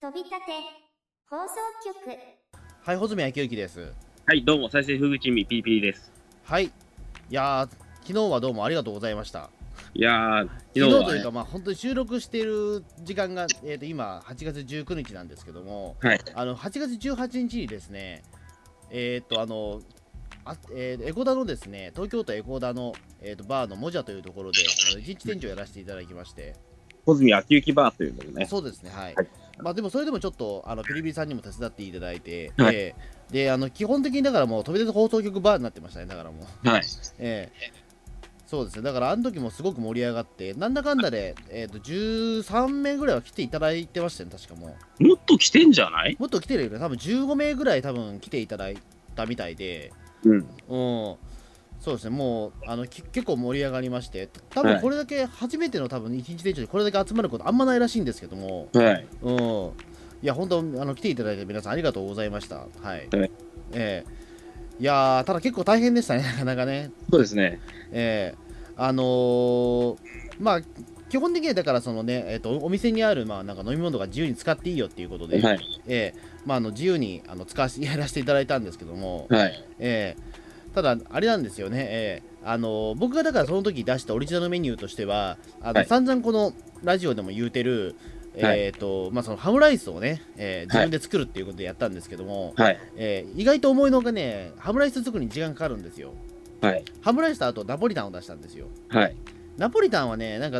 飛び立て放送局はい、穂積昭之です。はい、どうも、再生ふぐちみピーピーです。はい。いやー、昨日はどうもありがとうございました。いやー、昨昨日日はというね、か、まあ、本当に収録している時間が、えー、と今、8月19日なんですけども、はい、あの8月18日にですね、えっ、と、あの、あえーエコダのですね、東京都エコダの、えー、とバーのモジャというところで、あの一日店長やらせていただきまして、小泉秋行きバーというのもね、そうですね、はい。はいまあ、でも、それでもちょっと、あのピリピリさんにも手伝っていただいて、はいえーであの基本的にだからもう、飛び出ず放送局バーになってましたね、だからもう。はい、ええそうですねだからあの時もすごく盛り上がってなんだかんだで、えー、と13名ぐらいは来ていただいてましたね確かももっと来てんじゃないうもっと来てるよね多分15名ぐらい多分来ていただいたみたいでうん、うんそうですねもうあのき結構盛り上がりまして多分これだけ初めての多分一日店長でこれだけ集まることあんまないらしいんですけどもはい、うんいや本当あの来ていただいた皆さんありがとうございましたはい、はいええいやーただ結構大変でしたね なかなかねそうですね、えーあのーまあ基本的にはだからそのね、えー、とおお店にあるまあなんか飲み物とか自由に使っていいよっていうことで、はい、えーまあ、あの自由にあの使わせてやらせていただいたんですけども、はい、えーただあれなんですよね、えーあのー僕がだからその時出したオリジナルメニューとしてはあの、はい散々このラジオでも言うてる、はいえーとまあ、そのハムライスをね、えー自分で作るっていうことでやったんですけども、はい、えー意外と思いのほかねハムライス作りに時間かかるんですよはい、ハムライスとあとナポリタンを出したんですよはい、ナポリタンはね、なんか、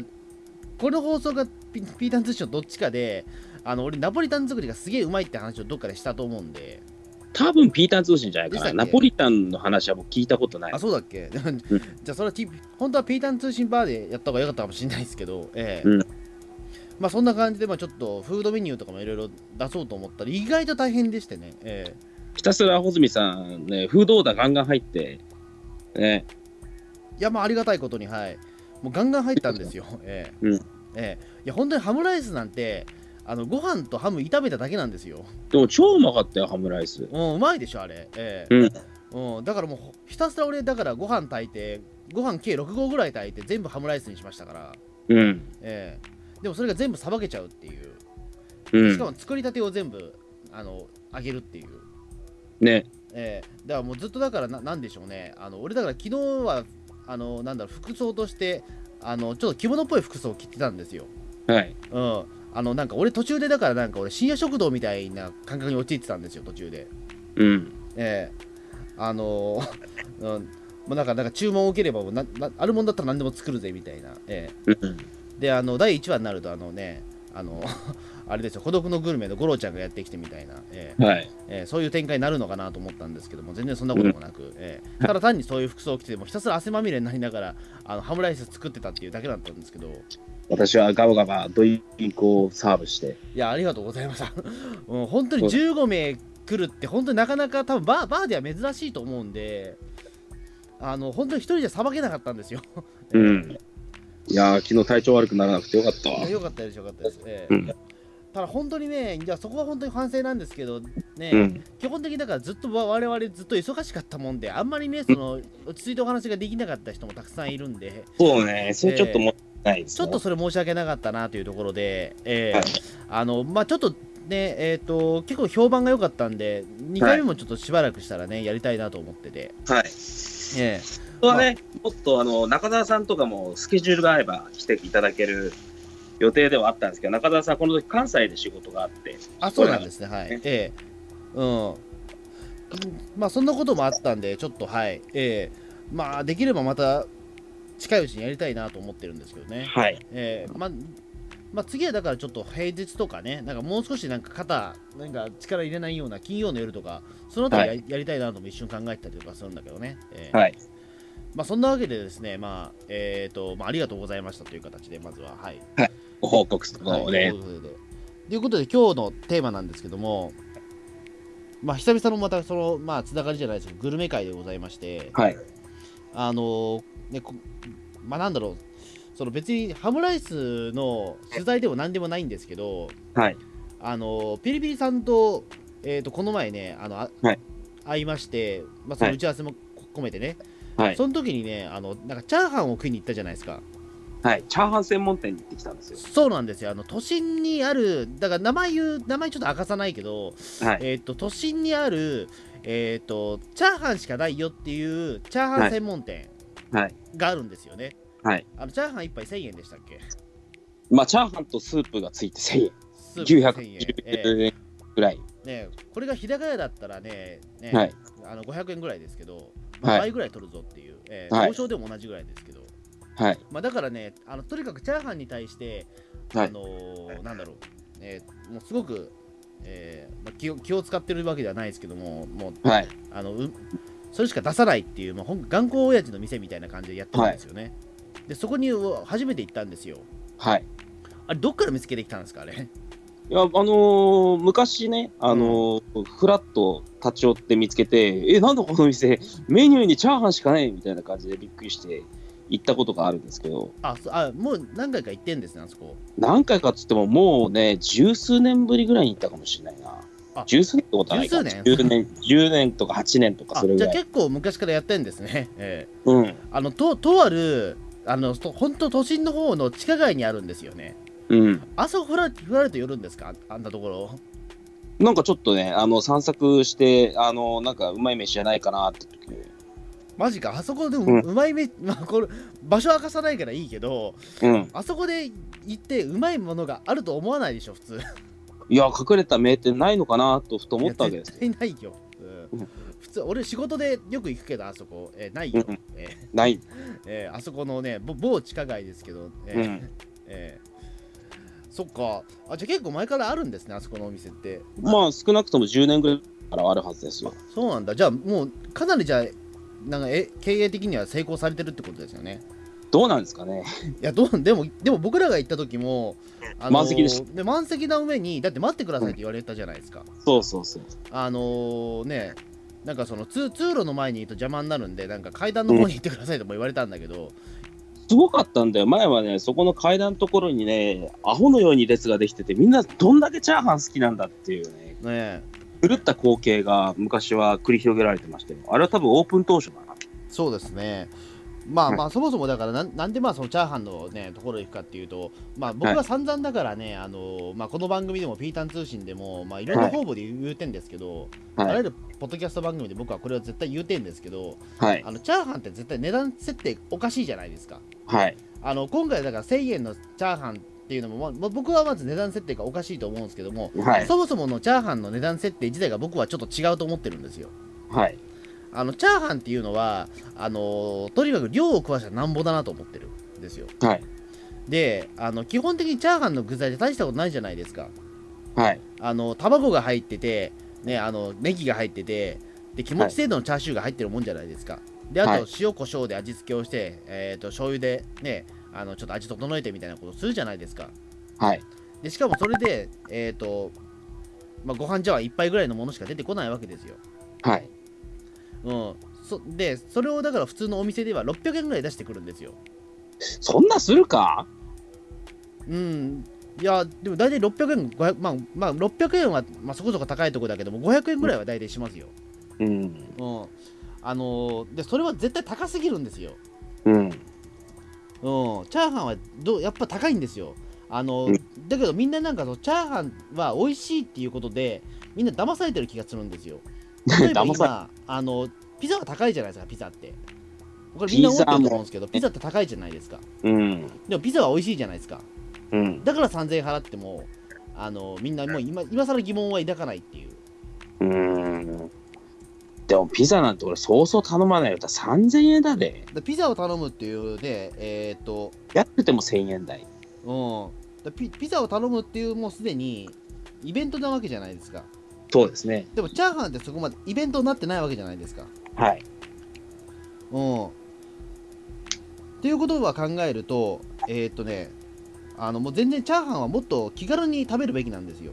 この放送がピピータン通信のどっちかで、あの俺、ナポリタン作りがすげえうまいって話をどっかでしたと思うんで、多分ピータン通信じゃないかでしな、たっけナポリタンの話は僕聞いたことないあ、。そうだっけ じゃあ、それはピ、本当はピータン通信バーでやった方が良かったかもしれないですけど、ええうんまあ、そんな感じで、まあ、ちょっとフードメニューとかもいろいろ出そうと思ったら、意外と大変でしてね、ええひたすら穂積さん、ね、フードオーダーガンガン入って、ね、いや、まあ、ありがたいことに、はい、もうガンガン入ったんですよ、ええうんええいや、本当にハムライスなんて、あのご飯とハム炒めただけなんですよ。でも超うまかったよ、ハムライス。うん、うまいでしょ、あれ。ええうん。だからもう、ほひたすら俺、だからご飯炊いて、ご飯計6合ぐらい炊いて、全部ハムライスにしましたから、うん、ええでもそれが全部さばけちゃうっていう。うしかん、も作りたてを全部、あの、あげるっていう。ね、ええだからもうずっとだからな、なんでしょうね。あの、俺だから昨日は、あの、なんだろう、服装として、あの、ちょっと着物っぽい服装を着てたんですよ。はい、うん。あの、なんか俺途中でだから、なんか俺深夜食堂みたいな感覚に陥ってたんですよ、途中で。うん、ええあのー うん、もうなんか、なんか注文を受ければもうなな、あるもんだったら何でも作るぜみたいな。えうん、えで、あの、第1話になると、あのね、あの、 あれですよ、孤独のグルメの五郎ちゃんがやってきてみたいな、ええはい、ええそういう展開になるのかなと思ったんですけども、全然そんなこともなく、ええただ単にそういう服装を着てて、もうひたすら汗まみれになりながら、あのハムライス作ってたっていうだけだったんですけど、私はガバガバドインクをサーブして、いや、ありがとうございました。 うん、本当に15名来るって、本当になかなか、多分バーバーでは珍しいと思うんで、あの本当に一人じゃさばけなかったんですよ。うん。いやー、昨日体調悪くならなくてよかったわいや。 よかったです、よかったです。ええうんただ、本当にね、いやそこは本当に反省なんですけど、ねうん。基本的にだからずっとわ我々ずっと忙しかったもんで、あんまりね、その落ち着いてお話ができなかった人もたくさんいるんで。そうね、それちょっともったいないですちょね。っとそれ申し訳なかったなというところで、えーはいあのまあ、ちょっとね、えー、と結構評判が良かったんで、2回目もちょっとしばらくしたらね、やりたいなと思ってて、はい。え本当はね、もっとあの中澤さんとかもスケジュールが合えば来ていただける予定ではあったんですけど、中澤さん、この時関西で仕事があって、ーあそうなんですね、はいね。えーうんまあ、そんなこともあったんで、ちょっと、はい、えーまあ、できればまた近いうちにやりたいなと思ってるんですけどね。はい。えーまあまあ、次はだからちょっと平日とかね、なんかもう少しなんか肩、なんか力入れないような金曜の夜とか、そのあたりや,、やりたいなとも一瞬考えてたりとかするんだけどね。えーはい。まあ、そんなわけでですね、まあ、えっ、と、まあ、ありがとうございましたという形で、まずは、はい。ご報告とかはいをね、ということで。ということで、今日のテーマなんですけども、まあ、久々のまた、その、まあ、つながりじゃないですけど、グルメ会でございまして、はい。あのね、こまあなんだろう、その別にハムライスの取材でも何でもないんですけど、はい。あのピリピリさんと,、えー、とこの前ね、あのあはい会いまして、まあ、そのはい打ち合わせもこ込めてね、はい。その時にねあのなんかチャーハンを食いに行ったじゃないですか。はい、チャーハン専門店に行ってきたんですよ。そうなんですよあの都心にあるだから名前言う名前ちょっと明かさないけど、はいえっと都心にあるえっ、とチャーハンしかないよっていうチャーハン専門店はいがあるんですよねはいあのチャーハン1杯1000円でしたっけまあ、チャーハンとスープがついて1000円、スープ1000 910ええ円ぐらい。ねこれが日高屋だったらねね、はいあの500円ぐらいですけど、まあはい倍ぐらい取るぞっていう、えーはい東証でも同じぐらいですけど、はい、まあ、だからねあのとにかくチャーハンに対して、はいあのーなんだろう、えーもうすごく、えーまあ、気を気を使ってるわけではないですけどももうはい、あのうそれしか出さないっていう、まあ、ほん頑固親父の店みたいな感じでやってるんですよね、でそこにうわ初めて行ったんですよはい。あれどっから見つけてきたんですかあれいや、あのー昔ね、あのーフラッと立ち寄って見つけて、え、なんだこの店、メニューにチャーハンしかないみたいな感じでびっくりして行ったことがあるんですけど、あそあもう何回か行ってんですねあそこ何回かっつっても、もうね、十数年ぶりぐらいに行ったかもしれないなあ。十数年ってことはないか。十数年10年、10年とか8年とかあそれぐじゃあらい。結構昔からやってんですね、ええうん。あのととあるあのと本当都心の方の地下街にあるんですよねうん。あそこふらふられて寄るんですかああんなところなんかちょっとね、あの、散策して、あの、なんかうまい飯じゃないかなって時にマジかあそこでも、ううんまいめ、 まあ、これ場所明かさないからいいけどうん。あそこで行ってうまいものがあると思わないでしょ普通いや、隠れた名店ないのかなとふと思ったわけですよ。いや絶対ないよ、うんうん普通俺仕事でよく行くけどあそこ、えーないよ、うんえーない。えーあそこのねぼ某地下街ですけど、えーうんえーそっかあじゃあ結構前からあるんですねあそこのお店ってまあ、少なくとも10年ぐらいからあるはずですよ。そうなんだじゃあもうかなりじゃあなんかえ経営的には成功されてるってことですよねどうなんですかね。いやどうでもでも僕らが行った時も、あのー満席でしで満席な上にだって待ってくださいって言われたじゃないですか、そうそうそう。あのーねなんかその通通路の前にいると邪魔になるんでなんか階段の方に行ってくださいとも言われたんだけど、すごかったんだよ。前はね、そこの階段のところにね、アホのように列ができてて、みんなどんだけチャーハン好きなんだっていうね、ね狂った光景が昔は繰り広げられてましたよ。あれは多分オープン当初だな。そうですねまあはいまあそもそもだからなんなんでまあそのチャーハンのねところへ行くかっていうとまあ僕はは散々だからね、あのーまあこの番組でもピータン通信でもまあいろんなはい方々で言うてんですけど、あはらい。ゆるポッドキャスト番組で僕はこれは絶対言うてんですけど、はい。あのチャーハンって絶対値段設定おかしいじゃないですか。はい。あの今回だから1000円のチャーハンっていうのも、まあまあ僕はまず値段設定がおかしいと思うんですけども、はい。そもそものチャーハンの値段設定自体が僕はちょっと違うと思ってるんですよ。はい。あのチャーハンっていうのはあのーとにかく量を食わしたらなんぼだなと思ってるんですよ。はい。であの基本的にチャーハンの具材って大したことないじゃないですか。はい。あの卵が入ってて、ね、あのネギが入っててで気持ち程度のチャーシューが入ってるもんじゃないですか、であと、はい塩コショウで味付けをして、えー、と醤油でねあのちょっと味整えてみたいなことするじゃないですかはい。でしかもそれで、えーとまあ、ご飯茶碗一杯ぐらいのものしか出てこないわけですよ、はい。うん、そでそれをだから普通のお店では600円ぐらい出してくるんですよそんなするかうんいやでも大体600円500、まあまあ、600円は、まあ、そこそこ高いとこだけども500円ぐらいは大体しますよ、うん。うん、あのーでそれは絶対高すぎるんですよ、うん。うん、チャーハンはどうやっぱ高いんですよあのーうだけどみんななんかそのチャーハンは美味しいっていうことでみんな騙されてる気がするんですよ例えば騙さ今あのーピザは高いじゃないですかピザってこれみんな思ってると思うんですけどピザって高いじゃないですかうん。でもピザは美味しいじゃないですかうん。だから3000円払ってもあのーみんなもう今今更疑問は抱かないっていううん。でもピザなんて俺そうそう頼まないよ。だ3000円だで。だピザを頼むっていうでえーっとやってても1000円台。うん、だピピザを頼むっていうもうすでにイベントなわけじゃないですかそうですね。でもチャーハンってそこまでイベントになってないわけじゃないですかはい。うんっていうことは考えるとえーっとねあのもう全然チャーハンはもっと気軽に食べるべきなんですよ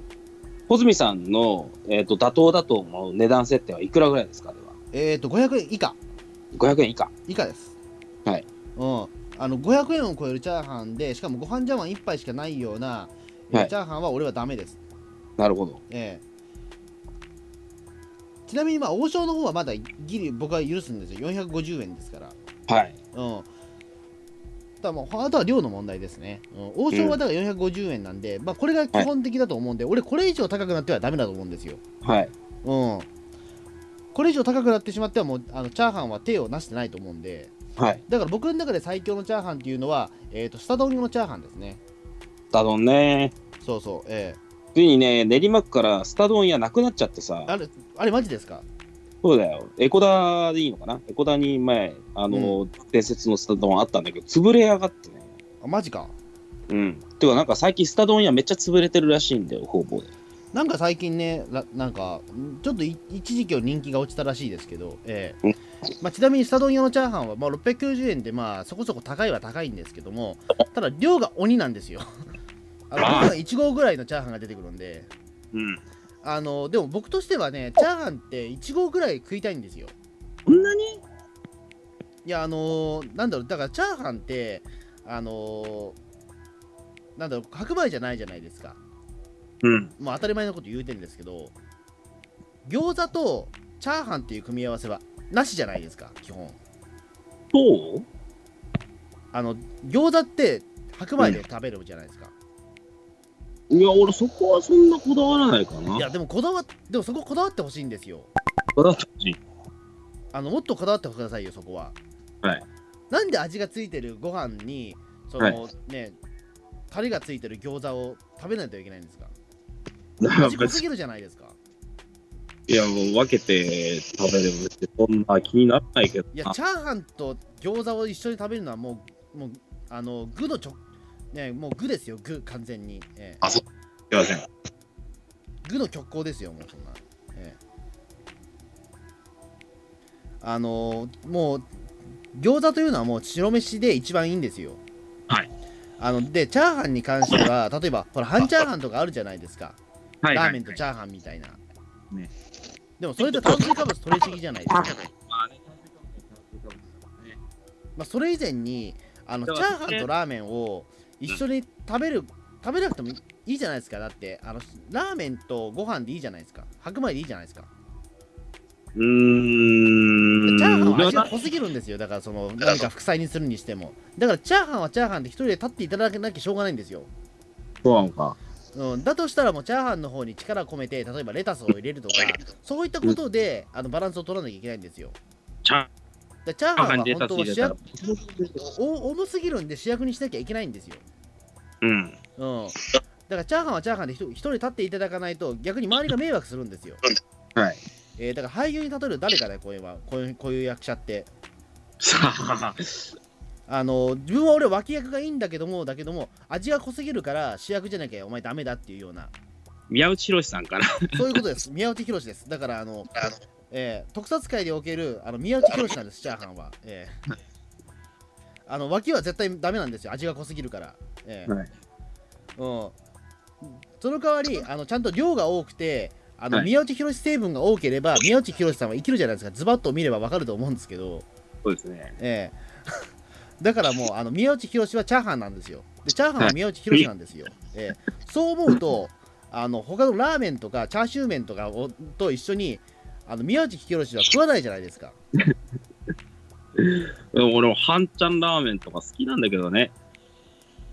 穂積さんの、えー、と妥当だと思う値段設定はいくらぐらいですかではえーっと500円以下500円以下。以下ですはいうんあの500円を超えるチャーハンでしかもご飯茶碗1杯しかないような、えーはいチャーハンは俺はダメですなるほど。ええちなみにまあ王将の方はまだギリ僕は許すんですよ450円ですからはい。うんだからもうあとは量の問題ですね、うん、王将はだから450円なんで、まあ、これが基本的だと思うんで、俺これ以上高くなってはダメだと思うんですよ、はい。うん、これ以上高くなってしまってはもうあのチャーハンは手をなしてないと思うんではい。だから僕の中で最強のチャーハンっていうのは、えー、と下丼用のチャーハンですねだどんね。そうそうえついにね、練馬区からスタドン屋なくなっちゃっえあてさ、れあれマジですかそうだよ。エコダでいいのかなエコダに前、あの、伝説のスタドンあったんだけど、潰れやがってね。あマジかうん。てか、なんか最近スタドン屋めっちゃ潰れてるらしいんだよ、方々で。なんか最近ね、らなんか、んちょっとい一時期は人気が落ちたらしいですけど、ええうんまあ、ちなみにスタ丼用のチャーハンは、まあ、690円で、まあ、そこそこ高いは高いんですけども、ただ量が鬼なんですよ。あのああ僕は1合ぐらいのチャーハンが出てくるんで、うん。あのでも僕としてはね、チャーハンって1合ぐらい食いたいんですよ。こんなにいや、あのーなんだろう、だからチャーハンって、あのーなんだろう、白米じゃないじゃないですか。うん。まあ、当たり前のこと言うてんですけど餃子とチャーハンっていう組み合わせはなしじゃないですか基本そうあの餃子って白米で食べるじゃないですか、いや、俺そこはそんなこだわらないかな。いやでもこだわっでもそここだわってほしいんですよこだわってほしい。あのもっとこだわってくださいよそこははいなんで味がついてるご飯にその、ねタレがついてる餃子を食べないといけないんですか味濃すぎるじゃないですかいや、もう分けて食べれるって、そんな気にならないけどいやな。チャーハンと餃子を一緒に食べるのはもうもうあの具のちょねもう具ですよ具完全に、ええあそすいません。具の極光ですよもうそんな、ええあのーもう餃子というのはもう白飯で一番いいんですよはいあのでチャーハンに関しては例えばほら半チャーハンとかあるじゃないですかはラーメンとチャーハンみたいな、ねでもそれって炭水化物取りすぎじゃないですかまあ、それ以前にあのチだャーからハンとラーメンを一緒に食べる、食べなくてもいいじゃないですかだってあのラーメンとご飯でいいじゃないですか白米でいいじゃないですかうーん。チャーハンは味がだか濃すぎるんですよだからその何か副菜にするにしてもだからチャーハンはチャーハンで一人で立っていただけなきゃしょうがないんですよ、らそうなのか。うん、だとしたらもうチャーハンの方に力を込めて例えばレタスを入れるとかそういったことであのバランスを取らなきゃいけないんですよチだャーからチャーハハンンはで本立当つは入れ主たら役。お重すぎるんで主役にしなきゃいけないんですようん。うん。だからチャーハンはチャーハンでひと一人立っていただかないと逆に周りが迷惑するんですよ。はい。えー、だから俳優に例える誰かだよ、こういうのはこういうこういう役者って。さあ、あの自分は俺は脇役がいいんだけども、だけども味が濃すぎるから主役じゃなきゃお前ダメだっていうような、宮内博さんかな。 そういうことです。宮内博です。だからあの、えー特撮界でおけるあの宮内博なんです、チャーハンは。え ーあの脇は絶対ダメなんですよ、味が濃すぎるから。えーはいうん、その代わりあのちゃんと量が多くてあの、はい宮内博成分が多ければ宮内博さんは生きるじゃないですかズバッと見ればわかると思うんですけど、そうですね。ええだからもうあの宮内博はチャーハンなんですよでチャーハンは宮内博なんですよ、ええそう思うとあの他のラーメンとかチャーシュー麺とかをと一緒にあの宮内博は食わないじゃないですかでも俺も半ちゃんラーメンとか好きなんだけどね。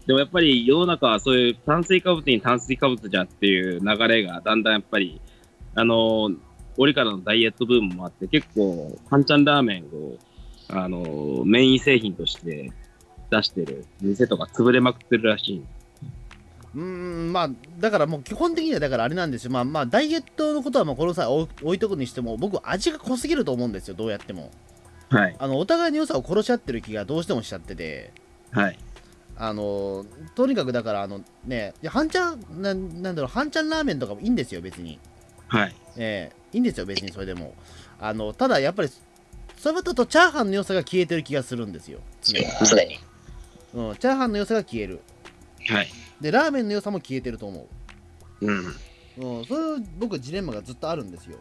でもやっぱり世の中はそういう炭水化物に炭水化物じゃっていう流れがだんだんやっぱり、あのー俺からのダイエットブームもあって結構半ちゃんラーメンを、あのーメイン製品として出してる店とか潰れまくってるらしい。うーんまあだからもう基本的にはだからあれなんですよまあまあダイエットのことはまあこの際置置いとくにしても僕は味が濃すぎると思うんですよどうやってもはい。あのお互いの良さを殺し合ってる気がどうしてもしちゃっててはい。あのとにかくだからあのねいや半ちゃんななんだろう半ちゃんラーメンとかもいいんですよ別にはい。ええいいんですよ別にそれでもあのただやっぱりそれだとチャーハンの良さが消えてる気がするんですよ常に、すでに。うん、チャーハンの良さが消えるはい。でラーメンの良さも消えてると思ううん。うん、そういう僕ジレンマがずっとあるんですよ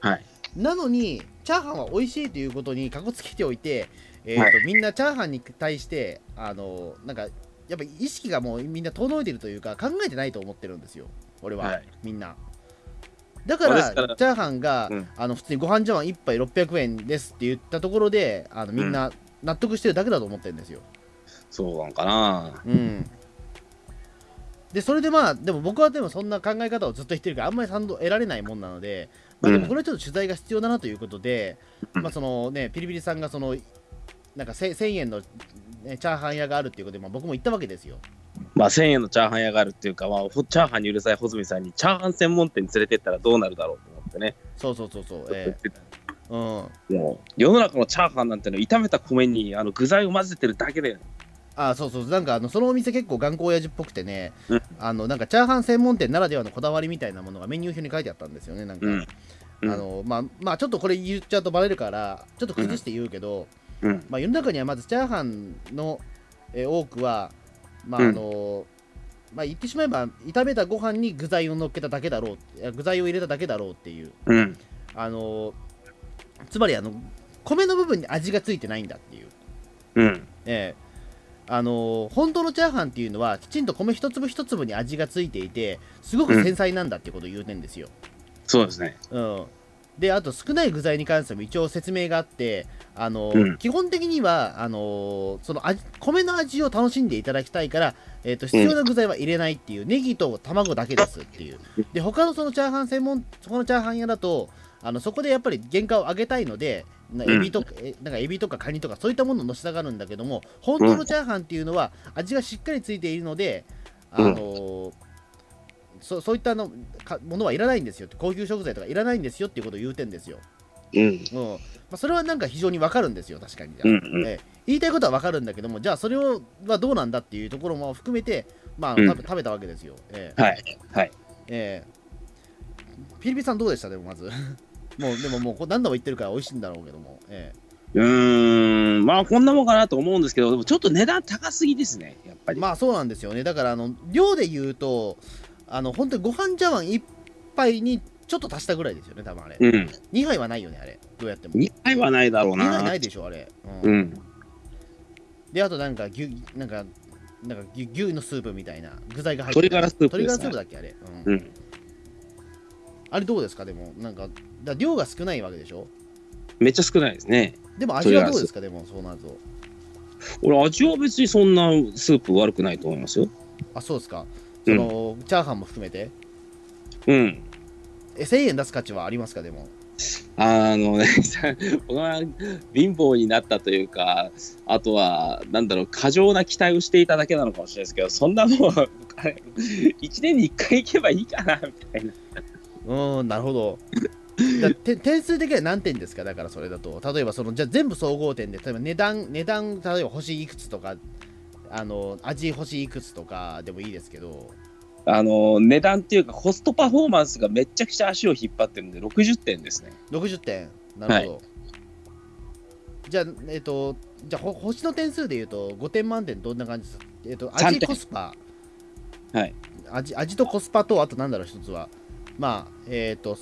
はいなのにチャーハンは美味しいということにかこつけておいて、えーとはいみんなチャーハンに対してあのなんかやっぱ意識がもうみんな遠のいてるというか考えてないと思ってるんですよ俺は、はいみんなだからまあですからチャーハンが、うんあの普通にご飯茶碗1杯600円ですって言ったところであのみんな納得してるだけだと思ってるんですよ、そうなんかな。うんでそれでまあでも僕はでもそんな考え方をずっと言ってるからあんまり賛同得られないもんなので、まあ、でもこれはちょっと取材が必要だなということで、うんまあそのねピリピリさんがそのなんかせ1000円の、ね、チャーハン屋があるっていうことで、まあ、僕も行ったわけですよまあ1000円のチャーハン屋があるっていうか、まあ、ほチャーハンにうるさい穂積さんにチャーハン専門店に連れてったらどうなるだろうと思ってね。そうそうそうそうええうんもう世の中のチャーハンなんてのは炒めた米にあの具材を混ぜてるだけで、あそうそうなんかあのそのお店結構頑固親父っぽくてね、うんあのなんかチャーハン専門店ならではのこだわりみたいなものがメニュー表に書いてあったんですよねなんか、うんうんあのまあまあちょっとこれ言っちゃうとバレるからちょっと崩して言うけど、うん、まあ、世の中にはまずチャーハンの、えー多くは、まああうんのまあ、言ってしまえば炒めたご飯に具材を乗っけただけだろういや具材を入れただけだろうっていう、うん、あのつまりあの米の部分に味がついてないんだっていう、うん、ええあの本当のチャーハンっていうのはきちんと米一粒一粒に味がついていてすごく繊細なんだっていうことを言うてんですよ。そうですね。うん、であと少ない具材に関しても一応説明があってあの、うん基本的にはあのその味米の味を楽しんでいただきたいから、えー、と必要な具材は入れないっていう、ネギと卵だけですっていうで他のそのチャーハン専門そこのチャーハン屋だとあのそこでやっぱり原価を上げたいのでなエビとか、えなんかエビとかカニとかそういったものの下がるんだけども本当のチャーハンっていうのは味がしっかりついているので、あのそそういったのかものはいらないんですよって高級食材とかいらないんですよっていうことを言うてんですよ、うん、うんまあ、それはなんか非常にわかるんですよ確かに、うん、うん、ええ言いたいことはわかるんだけどもじゃあそれをはどうなんだっていうところも含めてまあうん食べ,、食べたわけですよええはい、はい。ええピリピリさんどうでしたでもまず もうでももうこう何度も言ってるから美味しいんだろうけども、えうーん、まあこんなもんかなと思うんですけど、でもちょっと値段高すぎですね、やっぱえり。まあそうなんですよねだからあの量で言うとあの本当にご飯茶碗一杯にちょっと足したぐらいですよね多分あれ、うん、二2杯はないよねあれどうやっても2回はないだろう見ないなな。いでしょあれ、ううんん、であとなんか牛なんかなんか牛牛のスープみたいな具材が入って鶏ガラスープですね鶏ガラスープだっけあれ、うんうん。あれどうですかでもなんかだ量が少ないわけでしょめっちゃ少ないですね。でも味はどうですかでもそうなると俺、味は別にそんなスープ悪くないと思いますよ。あそうですかそうんの、チャーハンも含めてうん。え1000円出す価値はありますかでもあのね、 僕は貧乏になったというか、あとは、なんだろう、過剰な期待をしていただけなのかもしれないですけど、そんなもん、 あれ1年に1回行けばいいかな、みたいな。うーんなるほ どだて点数的には何点ですかだからそれだと例えばそのじゃあ全部総合点で例えば値段値段例えば星いくつとかあの味星いくつとかでもいいですけどあの値段っていうかコストパフォーマンスがめちゃくちゃ足を引っ張ってるんで60点ですね60点なるほど、じゃあえっ、とじゃあほ星の点数で言うと5点満点どんな感じですかえっ、と3味点コスパはい味味とコスパとあとなんだろう一つはまあえっ、と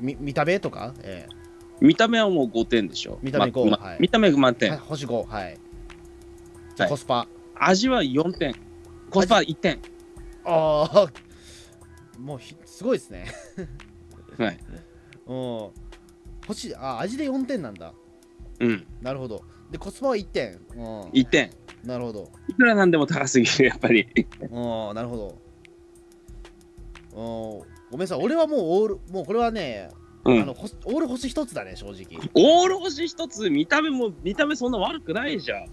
み見た目とか、え見た目はもう5点でしょ見た目5まはい見た目満ー点、はい、星5はいじゃあはいコスパ、味は4点コスパは1点ああもうひすごいですねはい うん星あ味で4点なんだうんなるほどでコスパは1点、うん、 1点なるほどいくらなんでも高すぎるやっぱりうんなるほど。うんごめんなさい、俺はもうオール、もうこれはね、うあのんほオール星一つだね、正直。いオール星一つ見た目も見た目そんな悪くないじゃん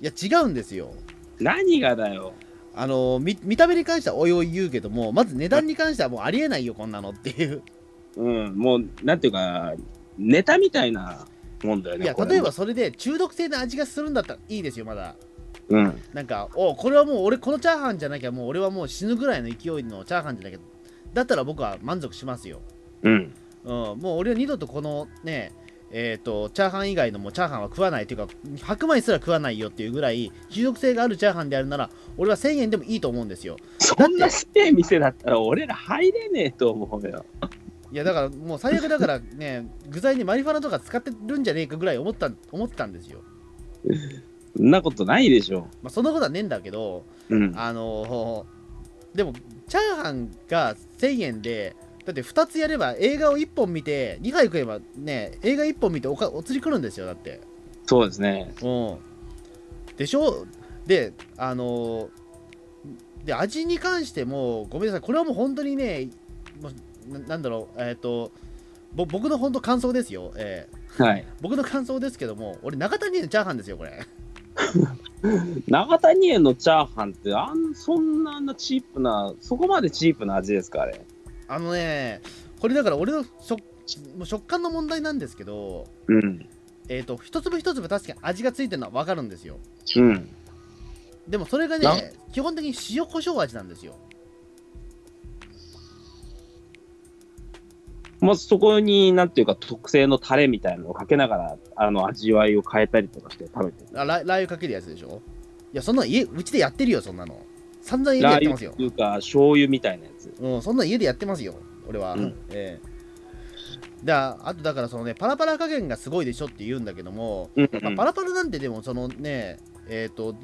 や、違うんですよ。何がだよあの見見た目に関してはおいおい言うけども、まず値段に関してはもうありえないよ、こんなのっていう。うんもうなんていうかネタみたいなもんだよいねや、これ例えばそれで中毒性の味がするんだったらいいですよ、まだ。うんなんか、おこれはもう俺、このチャーハンじゃなきゃ、もう俺はもう死ぬぐらいの勢いのチャーハンじゃなきゃ、だったら僕は満足しますよ。うんうん、もう俺は二度とこのねえー、とチャーハン以外のもうチャーハンは食わないというか白米すら食わないよっていうぐらい中毒性があるチャーハンであるなら俺は1000円でもいいと思うんですよそんなすげえ店だったら俺ら入れねえと思うよいやだからもう最悪だからね 具材にマリファナとか使ってるんじゃねえかぐらい思った思ってたんですよ、そんなことないでしょ。まあ、そんなことはねえんだけどうん。あのーでもチャーハンが1000円でだって2つやれば映画を1本見て2杯食えばね映画1本見ておかお釣りくるんですよだってそうですね。うん。でしょであので味に関してもごめんなさいこれはもう本当にねもうななんだろうえっ、とぼ僕の本当感想ですよ、えーはい。僕の感想ですけども俺中谷のチャーハンですよこれ長谷園のチャーハンって、あん、そんなあんなチープな、そこまでチープな味ですか、あれ。あのねこれだから俺の食もう食感の問題なんですけどうん。えっ、と一粒一粒確かに味がついてるのは分かるんですようん。でもそれがなね基本的に塩コショウ味なんですよまずそこに、なんていうか、特製のタレみたいなのをかけながら、あの、味わいを変えたりとかして食べてる。あララー油かけるやつでしょいやそんなの家うちでやってるよそんなの散々家でやってますよラー油っていうか、醤油みたいなやつ。うん、そんなん家でやってますよ、俺は。うんええだあとだからそのねパラパラ加減がすごいでしょって言うんだけども、うん、まあパラパラなんてでもそのねえっ、と、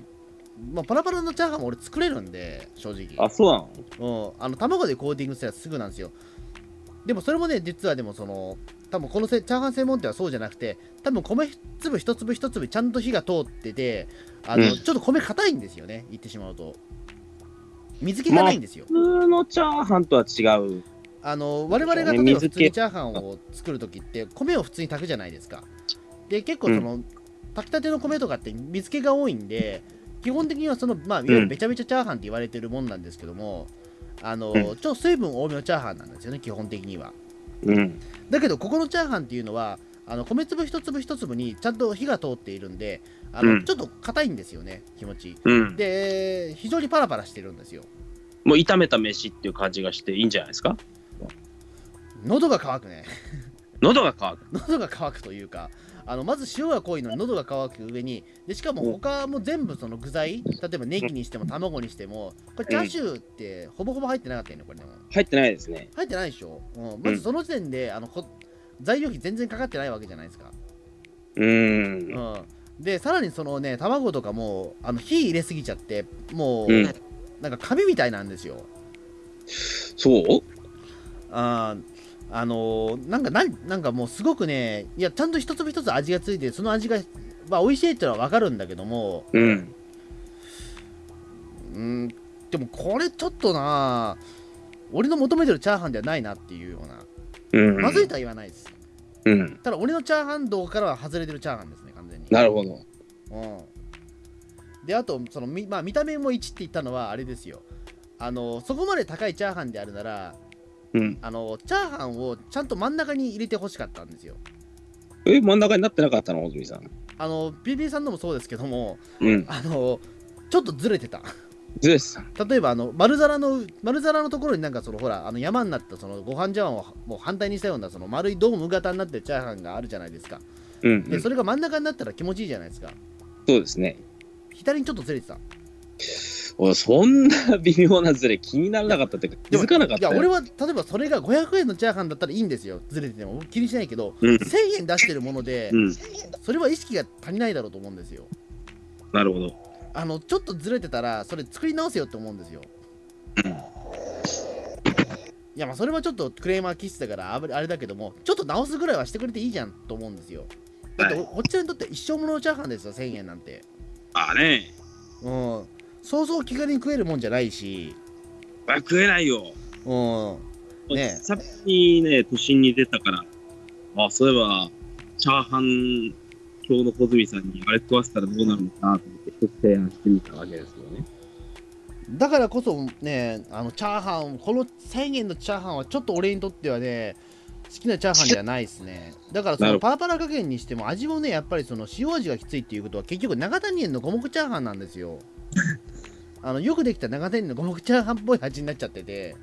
まあ、パラパラのチャーハンも俺作れるんで正あ、直、そうなのうん、あの卵でコーティングしたらすぐなんですよでもそれもね実はでもその多分このせチャーハン専門店はそうじゃなくて多分米粒一粒一粒ちゃんと火が通っててあの、うんちょっと米硬いんですよね言ってしまうと水気がないんですよ、普通のチャーハンとは違う。あの我々がね例えば普水通に気チャーハンを作るときって米を普通に炊くじゃないですかで結構その、炊きたての米とかって水気が多いんで基本的にはそのまあいわゆるべちゃべちゃチャーハンって言われてるもんなんですけどもあの、うんちょっと水分多めのチャーハンなんですよね基本的にはうん。だけどここのチャーハンっていうのはあの米粒一粒一粒にちゃんと火が通っているんであの、うんちょっと硬いんですよね気持ちうん。で非常にパラパラしてるんですよもう炒めた飯っていう感じがしていいんじゃないですか喉が渇くね喉が乾く。喉が渇くというかあのまず塩が濃いのに喉が渇く上にでしかもうん他も全部その具材例えばネギにしても卵にしてもこれチャーシューってほぼほぼ入ってなかったよねこれね入ってないですね。入ってないでしょ、うん、まずその時点であのこ材料費全然かかってないわけじゃないですか、うーん。うん、でさらにそのね卵とかもあの火入れすぎちゃってもう、うんなんか紙みたいなんですよそうあーあのーなんかなんなんかもうすごくねいやちゃんと一粒一つ味がついてその味が、まあ、美味しいってのは分かるんだけどもうん。うんでもこれちょっとな俺の求めてるチャーハンではないなっていうようなうん。まずいとは言わないですうん。ただ俺のチャーハン道からは外れてるチャーハンですね完全になるほど。うん、であとそのみ、まあ、見た目も1って言ったのはあれですよあのそこまで高いチャーハンであるならうん。あのチャーハンをちゃんと真ん中に入れてほしかったんですよえ、真ん中になってなかったの大泉さん。あの BB さんのもそうですけどもうん。あのちょっとずれてたズレさん。例えばあの丸皿の丸皿のところになんかそのほらあの山になったそのご飯茶碗をもう反対にしたようなその丸いドーム型になってるチャーハンがあるじゃないですかうん、うでん。そそれが真ん中になったら気持ちいいじゃないですかうですね。左にちょっとずれてたおそんな微妙なズレ気にならなかったっていうか、気でもづかなかったよ。いや俺は例えばそれが500円のチャーハンだったらいいんですよずれてても気にしないけどうん。 1000円出してるものでうん。それは意識が足りないだろうと思うんですよなるほど。あのちょっとずれてたらそれ作り直せよって思うんですよいやまあそれはちょっとクレーマー気質だからあぶあれだけどもちょっと直すぐらいはしてくれていいじゃんと思うんですよだっておこっちらにとって一生もののチャーハンですよ1000円なんてああね。うんそうそう気軽に食えるもんじゃないしあ食えないよ。うんねえ久々にね、都心に出たから、あ、そういえば、チャーハン教の小泉さんに、あれ食わせたらどうなるのかなと思って、一つ提案してみたわけですよね。だからこそねあのチャーハンこの1000円のチャーハンはちょっと俺にとってはね好きなチャーハンではないですねだからそなのるパラパラ加減にしても味もねやっぱりその塩味がきついっていうことは結局長谷園の五目チャーハンなんですよあのよくできた長谷園の五目チャーハンっぽい味になっちゃってて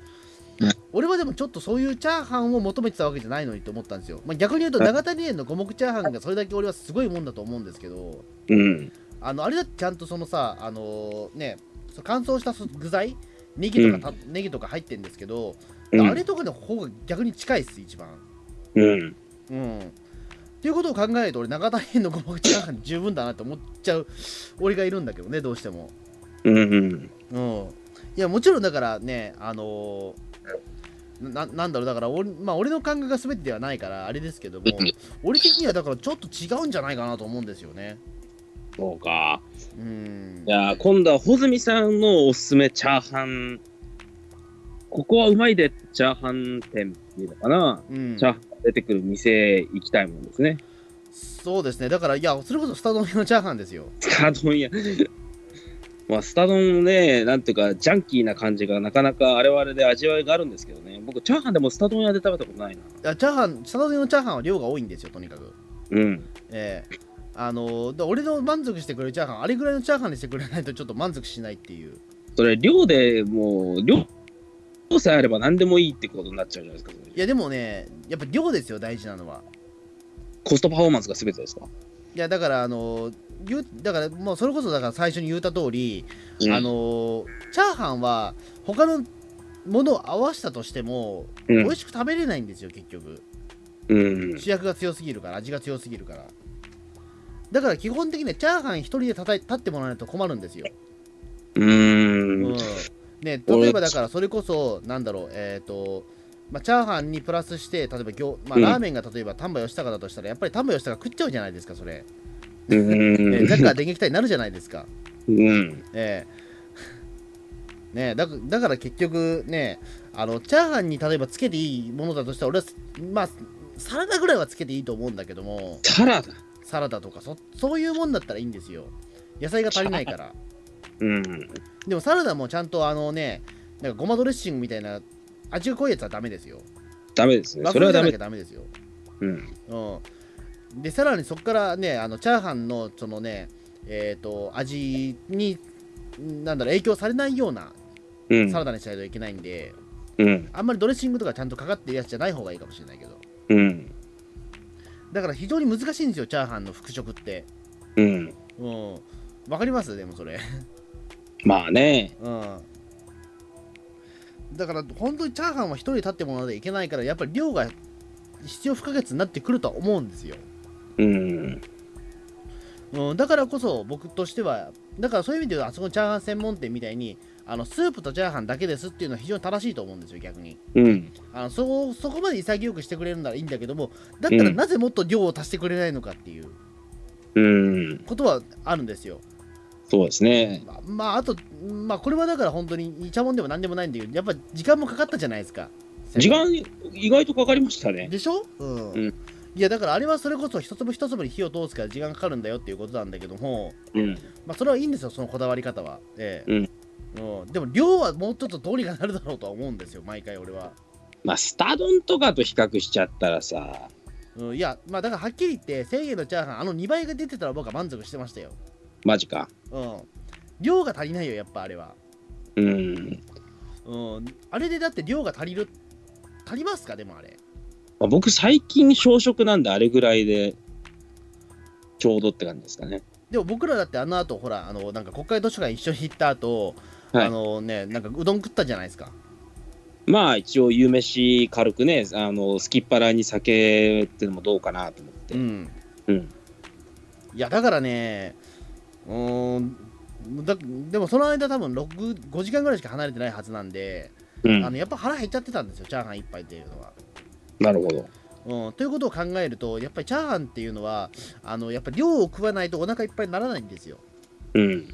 うん俺はでもちょっとそういうチャーハンを求めてたわけじゃないのにと思ったんですよ、まあ、逆に言うとうん長谷園の五目チャーハンがそれだけ俺はすごいもんだと思うんですけどうん。あのあれだってちゃんとそのさあのねそう乾燥したそ具材ネギとかた、ネギとか入ってるんですけど、あれとかの方が逆に近いっす一番うん。うんっていうことを考えると俺長谷園のごま口なんか十分だなと思っちゃう俺がいるんだけどねどうしてもうん。うんいやもちろんだからねあのーななんだろうだから俺,、まあ、俺の感覚が全てではないからあれですけどもうん俺的にはだからちょっと違うんじゃないかなと思うんですよねそうか。うんいやー、今度は穂積さんのおすすめチャーハン。ここはうまいでチャーハン店っていうのかな。うんチャーハンが出てくる店行きたいもんですね。そうですねだからいやそれこそスタドミのチャーハンですよスタ丼や。まあ、スタ丼もね、なんていうか、ジャンキーな感じがなかなかあれはあれで味わいがあるんですけどね。僕、チャーハンでもスタ丼屋で食べたことないな。いやチャーハンスタドミのチャーハンは量が多いんですよとにかくうん。ええあのだ俺の満足してくれるチャーハンあれぐらいのチャーハンにしてくれないとちょっと満足しないっていうそれ、量でもう、量量さえあれば何でもいいってことになっちゃうじゃないですか。それいやでもねやっぱ量ですよ大事なのはコストパフォーマンスが全てですか。いやだからあの言うだからもうそれこそだから最初に言った通り、あうん、のチャーハンは他のものを合わせたとしても、うん美味しく食べれないんですよ結局うん、主役が強すぎるから味が強すぎるからだから基本的にはチャーハン一人でたたい立ってもらわないと困るんですよ、ううんん、ね、俺例えばだからそれこそなんだろうえっ、とまあ、チャーハンにプラスして、例えばぎょ、まあ、うんラーメンが例えば丹波吉高だとしたら、やっぱり丹波吉高食っちゃうじゃないですか、それ。うね、だん、から電撃隊になるじゃないですか。うん、ええねえだだから結局ねあのチャーハンに例えばつけていいものだとしたら俺はまあサラダぐらいはつけていいと思うんだけどもタラだ。サラダとかそそういうもんだったらいいんですよ野菜が足りないからうん、でもサラダもちゃんとあのねなんかごまドレッシングみたいな味が濃いやつはダメですよダメですね。和それ風はじゃダなメきゃ。ダメですようん、うん、でさらにそこからねあのチャーハンのそのねえっ、と味になんだろう影響されないようなうサラん、ダにしないといけないんで、うん、あんまりドレッシングとかちゃんとかかってるやつじゃない方がいいかもしれないけどうん、だから非常に難しいんですよチャーハンの復食ってうん。うんわかりますでもそれまあね、うんだから本当にチャーハンは一人で立ってもらわないといけないからやっぱり量が必要不可欠になってくるとは思うんですよ、うん、うん、だからこそ僕としてはだからそういう意味ではあそこのチャーハン専門店みたいにあのスープとチャーハンだけですっていうのは非常に正しいと思うんですよ逆にうん、あのそそこまで潔くしてくれるならいいんだけどもだったらうんなぜもっと量を足してくれないのかっていううん、ことはあるんですよ。そうですね。まあ、まあ、あと、まあ、これはだから本当にイチャモンでも何でもないんだけど、やっぱ時間もかかったじゃないですか。時間、意外とかかりましたね。でしょ、うん、うんいや、だからあれはそれこそ一粒一粒に火を通すから時間かかるんだよっていうことなんだけども、うん、まあ、それはいいんですよ、そのこだわり方は。ええうんうんでも量はもうちょっとどうにかなるだろうとは思うんですよ、毎回俺は。まあ、スタ丼とかと比較しちゃったらさ、うん、いや、まあだからはっきり言って、1000円のチャーハン、あの2倍が出てたら僕は満足してましたよ。マジか。うん、量が足りないよ、やっぱあれは。うん。うん、あれでだって量が足りる足りますかでもあれまあ、僕、最近、小食なんで、あれぐらいで、ちょうどって感じですかね。でも僕らだってあの後ほらあのなんか国会図書館一緒に行った後、はいあのねなんかうどん食ったじゃないですかまあ一応夕飯軽くねあのすきっ腹に酒ってのもどうかなと思って、うんうんいやだからねうーんだでもその間多分6 5時間ぐらいしか離れてないはずなんで、うんあのやっぱ腹減っちゃってたんですよチャーハン一杯っていうのは。なるほどうん、ということを考えるとやっぱりチャーハンっていうのはあのやっぱ量を食わないとお腹いっぱいにならないんですよ。うんうん、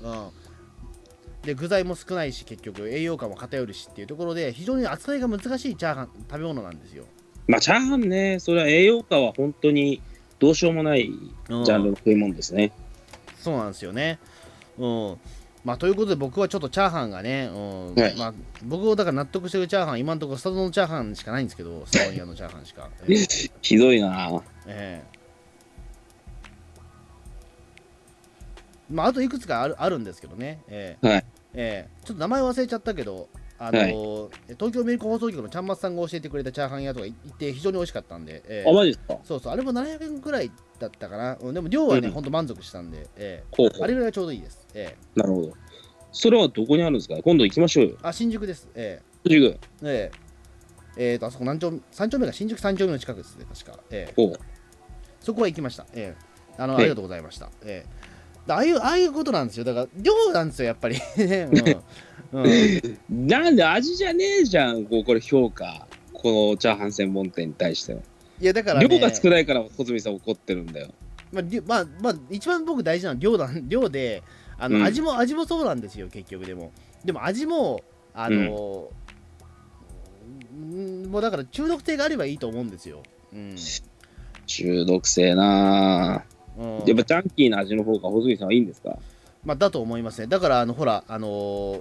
で具材も少ないし結局栄養価も偏るしっていうところで非常に扱いが難しいチャーハン食べ物なんですよ、まあチャーハンねそれは栄養価は本当にどうしようもないうんジャンルの食い物ですね、そうなんですよねうんまあということで僕はちょっとチャーハンがね、うんはいまあ、僕をだから納得してるチャーハン今のところスタドのチャーハンしかないんですけどスタドニアのチャーハンしかええ ひどいなええまあ、あといくつかあるあるんですけどね、ええはいええちょっと名前忘れちゃったけど、あの東京ミルク放送局のちゃんまつさんが教えてくれたチャーハン屋とか行って非常に美味しかったんで、ええあマジですかそうそう、あれも700円くらいだったかな、うんでも量はね、うんほんと満足したんで、ええほうほあうれぐらいがちょうどいいです。ええなるほどそれはどこにあるんですか今度行きましょうよあ、新宿です。えジグえええええと、あそこ何丁目、3丁目が新宿3丁目の近くですね、確か。ええほうそこは行きました。ええあの、はいありがとうございました。ええだああいう、ああいうことなんですよ。だから、量なんですよ、やっぱり。 ねうん。うんなんで味じゃねえじゃんこうこれ評価このチャーハン専門店に対してはいや、だから、ね、量が少ないから小泉さん怒ってるんだよまあ、りゅまあ、まあ、一番僕大事なのは量だ 量であの、うん味も味もそうなんですよ結局でもでも味もあの、うんもうだから中毒性があればいいと思うんですよ、うん中毒性なうんぁ。やっぱジャンキーな味の方が、細木さんはいいんですかまあ、だと思いますねだからあのほらあのー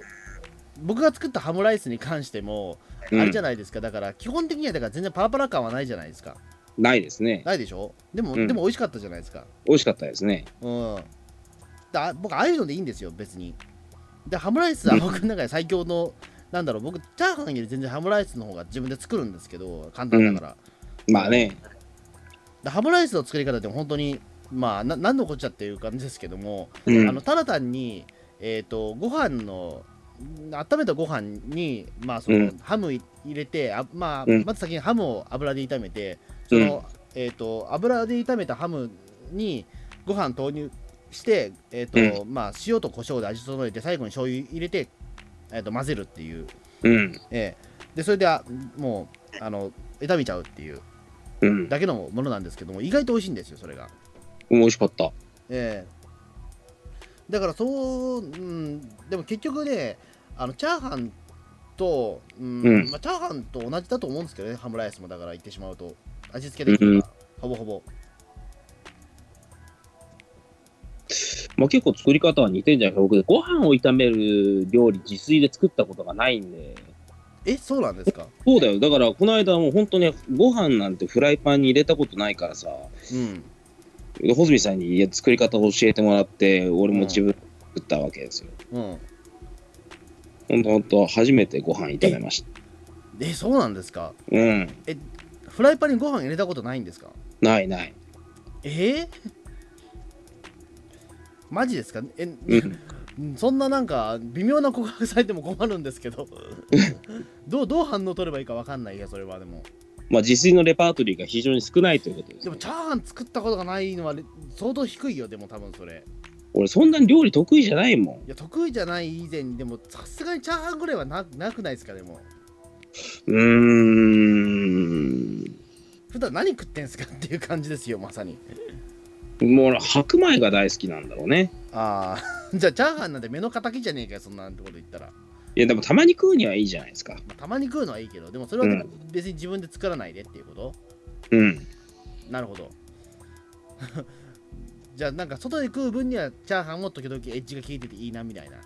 僕が作ったハムライスに関しても、あれじゃなないですかだから基本的にはだから全然パラパラ感はないじゃないですかいないですね。ないでしょでも、うんでも美味しかったじゃないですか美味しかったですね。うん。だ僕、ああいうのでいいんですよ、別に。で、ハムライスはうん僕の中で最強の、なんだろう、僕、チャーハンより全然ハムライスの方が自分で作るんですけど、簡単だから。まあね。でハムライスの作り方って本当に、まあ、な何のこっちゃっていう感じですけども、うんあのただ単に、えー、とご飯のん温めたご飯にまあそうのんハムい入れて、あまあ、うんまず先にハムを油で炒めてその、えー、と油で炒めたハムにご飯投入して、えーとまあ、塩と胡椒で味整えて最後に醤油入れて、えー、と混ぜるっていう、うん。ええでそれであもうあの炒めちゃうっていううん。だけのものなんですけども意外と美味しいんですよそれが。美味しかった。ええだからそう、うん、でも結局ね、あのチャーハンと、うんうんまあ、チャーハンと同じだと思うんですけどね、ハムライスもだから言ってしまうと、味付けできるから、ほぼほぼ。まあ結構作り方は似てんじゃないですか。僕、ご飯を炒める料理、自炊で作ったことがないんで。え、そうなんですか。そうだよ。だから、この間もう本当ね、ご飯なんてフライパンに入れたことないからさ、うん、ホズミさんにいや作り方を教えてもらって、俺も自分で作ったわけですよ。うん。ほんとほんと、初めてご飯炒めました。え、そうなんですか。うん。フライパンにご飯入れたことないんですか。ないない。えー、マジですかえ、ううん。んそんななんか微妙な告白されても困るんです けどどうどう反応取ればいいかわかんないやそれはでもまあ自炊のレパートリーが非常に少ないということです、でもチャーハン作ったことがないのはれ相当低いよでも多分それ俺そんなに料理得意じゃないもい。んや得意じゃない以前にでもさすがにチャーハンぐらいはななくないですかでもうーん。普段何食ってんすかっていう感じですよまさにもう俺白米が大好きなんだろうね。ああじゃあチャー ハンなんて目の敵じゃねえかよそんなんてこと言ったら、まいやでもたまに食うにはいいじゃないですか。あたまに食うのはいいけどでもそれはでもう別に自分で作らないでっていうこと、うん。なるほど じゃあなんか外で食う分にはチャーハンも時々エッジが効いてていいなみたいな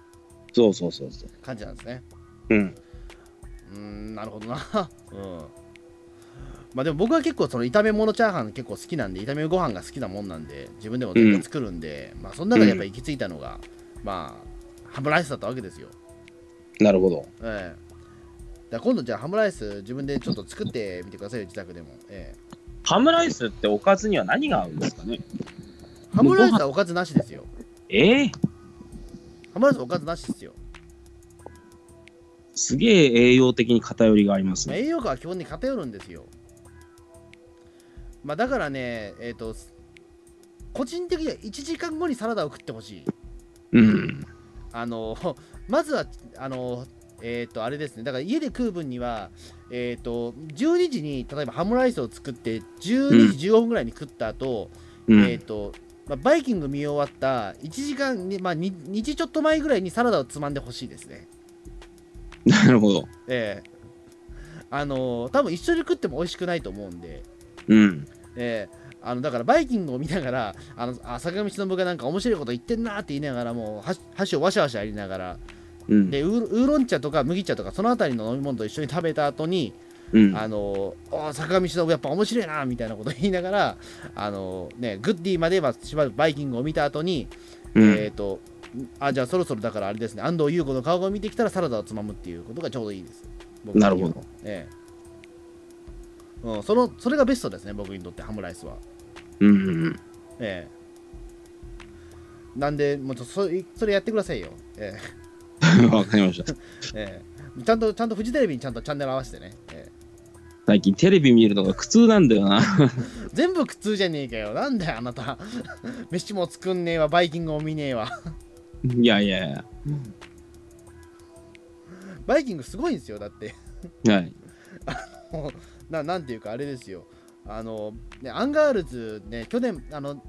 そうそうそうそう。感じなんですねうん。うーんなるほどなうんまあでも僕は結構その炒め物チャーハン結構好きなんで炒めご飯が好きなもんなんで自分でも全然作るんで、まあその中でやっぱ行き着いたのが、まあハムライスだったわけですよなるほど。ええだから今度じゃあハムライス自分でちょっと作ってみてくださいよ自宅でも、ええハムライスっておかずには何が合うんですかねハムライスはおかずなしですよええハムライスはおかずなしですよすげえ栄養的に偏りがありますね。栄養価は基本に偏るんですよ。まあ、だからね、えっ、と、す個人的には1時間後にサラダを食ってほしい。うん。あの、 まずは、あの、えっ、と、あれですね、だから家で食う分には、えっ、と、12時に例えばハムライスを作って、12時15分ぐらいに食った後、うん。えっ、と、まあ、バイキング見終わった1時間に、まあ、2, 日ちょっと前ぐらいにサラダをつまんでほしいですね。なるほど。ええあの多分一緒に食っても美味しくないと思うんで、うん。えーあのだからバイキングを見ながらあのあ坂上忍がなんか面白いこと言ってんなって言いながらもう箸箸をわしゃわしゃやりながらうん。でウーウーロン茶とか麦茶とかそのあたりの飲み物と一緒に食べた後に、うん。あのお坂上忍やっぱ面白いなみたいなこと言いながら あの、ね、グッディまではしばらくバイキングを見た後に、うんえっ、とあじゃあそろそろだからあれですね安藤優子の顔が見てきたらサラダをつまむっていうことがちょうどいいです僕なるほど、ええうん、そのそれがベストですね僕にとってハムライスはうんうん。ええなんで、もうちょそれそれやってくださいよ。えうん。 わかりました。えええちゃんと、ちゃんとフジテレビにちゃんとチャンネル合わせてね。え最近テレビ見るのが苦痛なんだよな。え 全部苦痛じゃねえかよ。なんだよ、あなた。 飯も作んねえわ、バイキングも見ねえわ。 いやいやいバイキングすごいんですよ、だって。や。はい。ななんていうか、あれですよ。あの、ね、アンガールズね、去年、あの、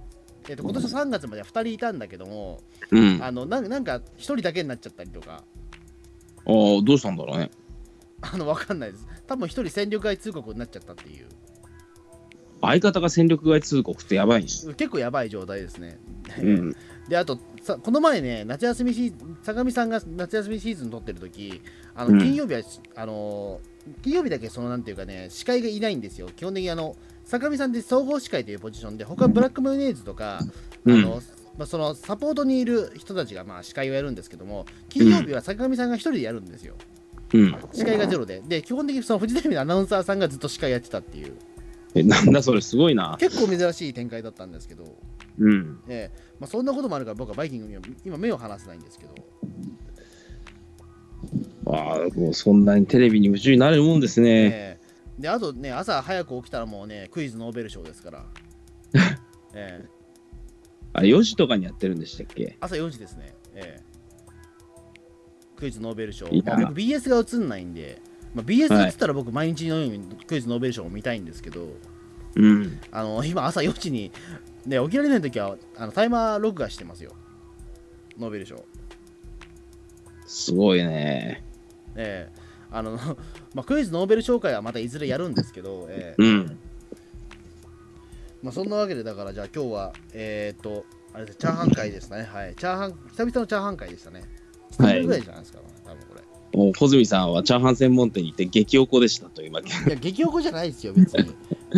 えっと今年の3月までは2人いたんだけども、うん。ああのななんか1人だけになっちゃったりとか、 あー、どうしたんだろうね。あの分かんないです。多分1人戦力外通告になっちゃったっていう、相方が戦力外通告ってやばいね。結構やばい状態ですね。うん。で、あとさ、この前ね、夏休みシーズン、坂上さんが夏休みシーズン撮ってる時あうんの金曜日は、あの金曜日だけそのなんていうかね、司会がいないんですよ。基本的にあの坂上さんって総合司会というポジションで、他はブラックマヨネーズとか、うんあのまあ、そのサポートにいる人たちがまあ司会をやるんですけども、金曜日は坂上さんが一人でやるんですよ、うん。司会がゼロで、で基本的にそのフジテレビのアナウンサーさんがずっと司会やってたっていう、え、なんだそれ、すごいな。結構珍しい展開だったんですけど、うん。ええまあ、そんなこともあるから、僕はバイキングには今、目を離せないんですけど、ああ、もうそんなにテレビに夢中になれるもんですね。ええであとね、朝早く起きたらもうね、クイズノーベル賞です から、ええあれ、4時とかにやってるんでしたっけ朝4時ですね、ええクイズノーベル賞、いいなまあ、僕 BS が映んないんで、まあ、BS 映ったら僕、毎日のようにクイズノーベル賞を見たいんですけど、うん。あの 今、朝4時に、ね、起きられないときはあのタイマー録画してますよ、ノーベル賞。すごいね。ええあの まあ、クイズノーベル賞会はまたいずれやるんですけど、ええうん。まあ、そんなわけで、だからじゃあ今日は、えー、っと、あれですチャーハン会でしたね。はい。チャーハン、久々のチャーハン会でしたね。はい久々ぐらいじゃないですか、多分これ。もう穂積さんはチャーハン専門店に行って激おこでしたというわけ。いや、激おこじゃないですよ、別に。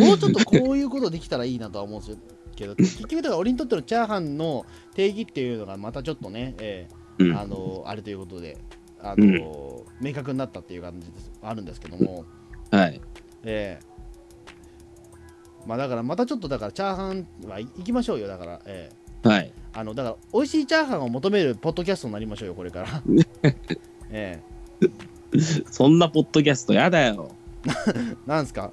もうちょっとこういうことできたらいいなとは思うんですよけど、結局、だから俺にとってのチャーハンの定義っていうのが、またちょっとね、ええうん。あのあれということで、あの明確になったっていう感じですあるんですけども、はい。ええまあだからまたちょっとだからチャーハンはい行きましょうよだから、ええはい。あのだから美味しいチャーハンを求めるポッドキャストになりましょうよこれから、えそんなポッドキャストやだよ。えなんですか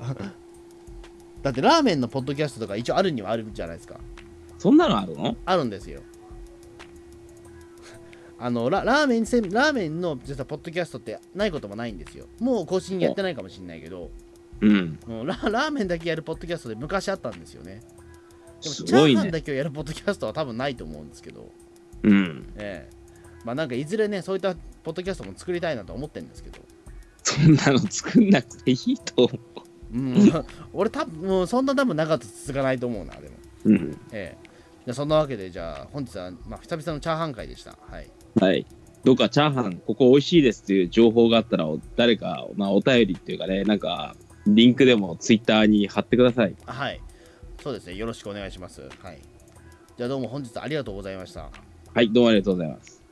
だってラーメンのポッドキャストとか一応あるにはあるじゃないですかそんなのあるのあるんですよあのララーメンせんラーメンの実はポッドキャストってないこともないんですよもう更新やってないかもしれないけどうん。うんララーメンだけやるポッドキャストで昔あったんですよね。でもチすャごいーハンね。だけをやるポッドキャストは多分ないと思うんですけど、うん。ええまあなんかいずれね、そういったポッドキャストも作りたいなと思ってるんですけど、そんなの作んなくていいと思うん、俺多分、もうそんな多分長く続かないと思うな、でも。う。うん。ええじゃあそんなわけで、じゃあ本日は、まあ、久々のチャーハン会でした。はい。はい。どうかチャーハン、ここ美味しいですっていう情報があったら、お誰か、まあ、お便りっていうかね、なんか、リンクでもツイッターに貼ってください。あはい。そうですね、よろしくお願いします。はい。じゃあどうも本日ありがとうございました。はい、どうもありがとうございます。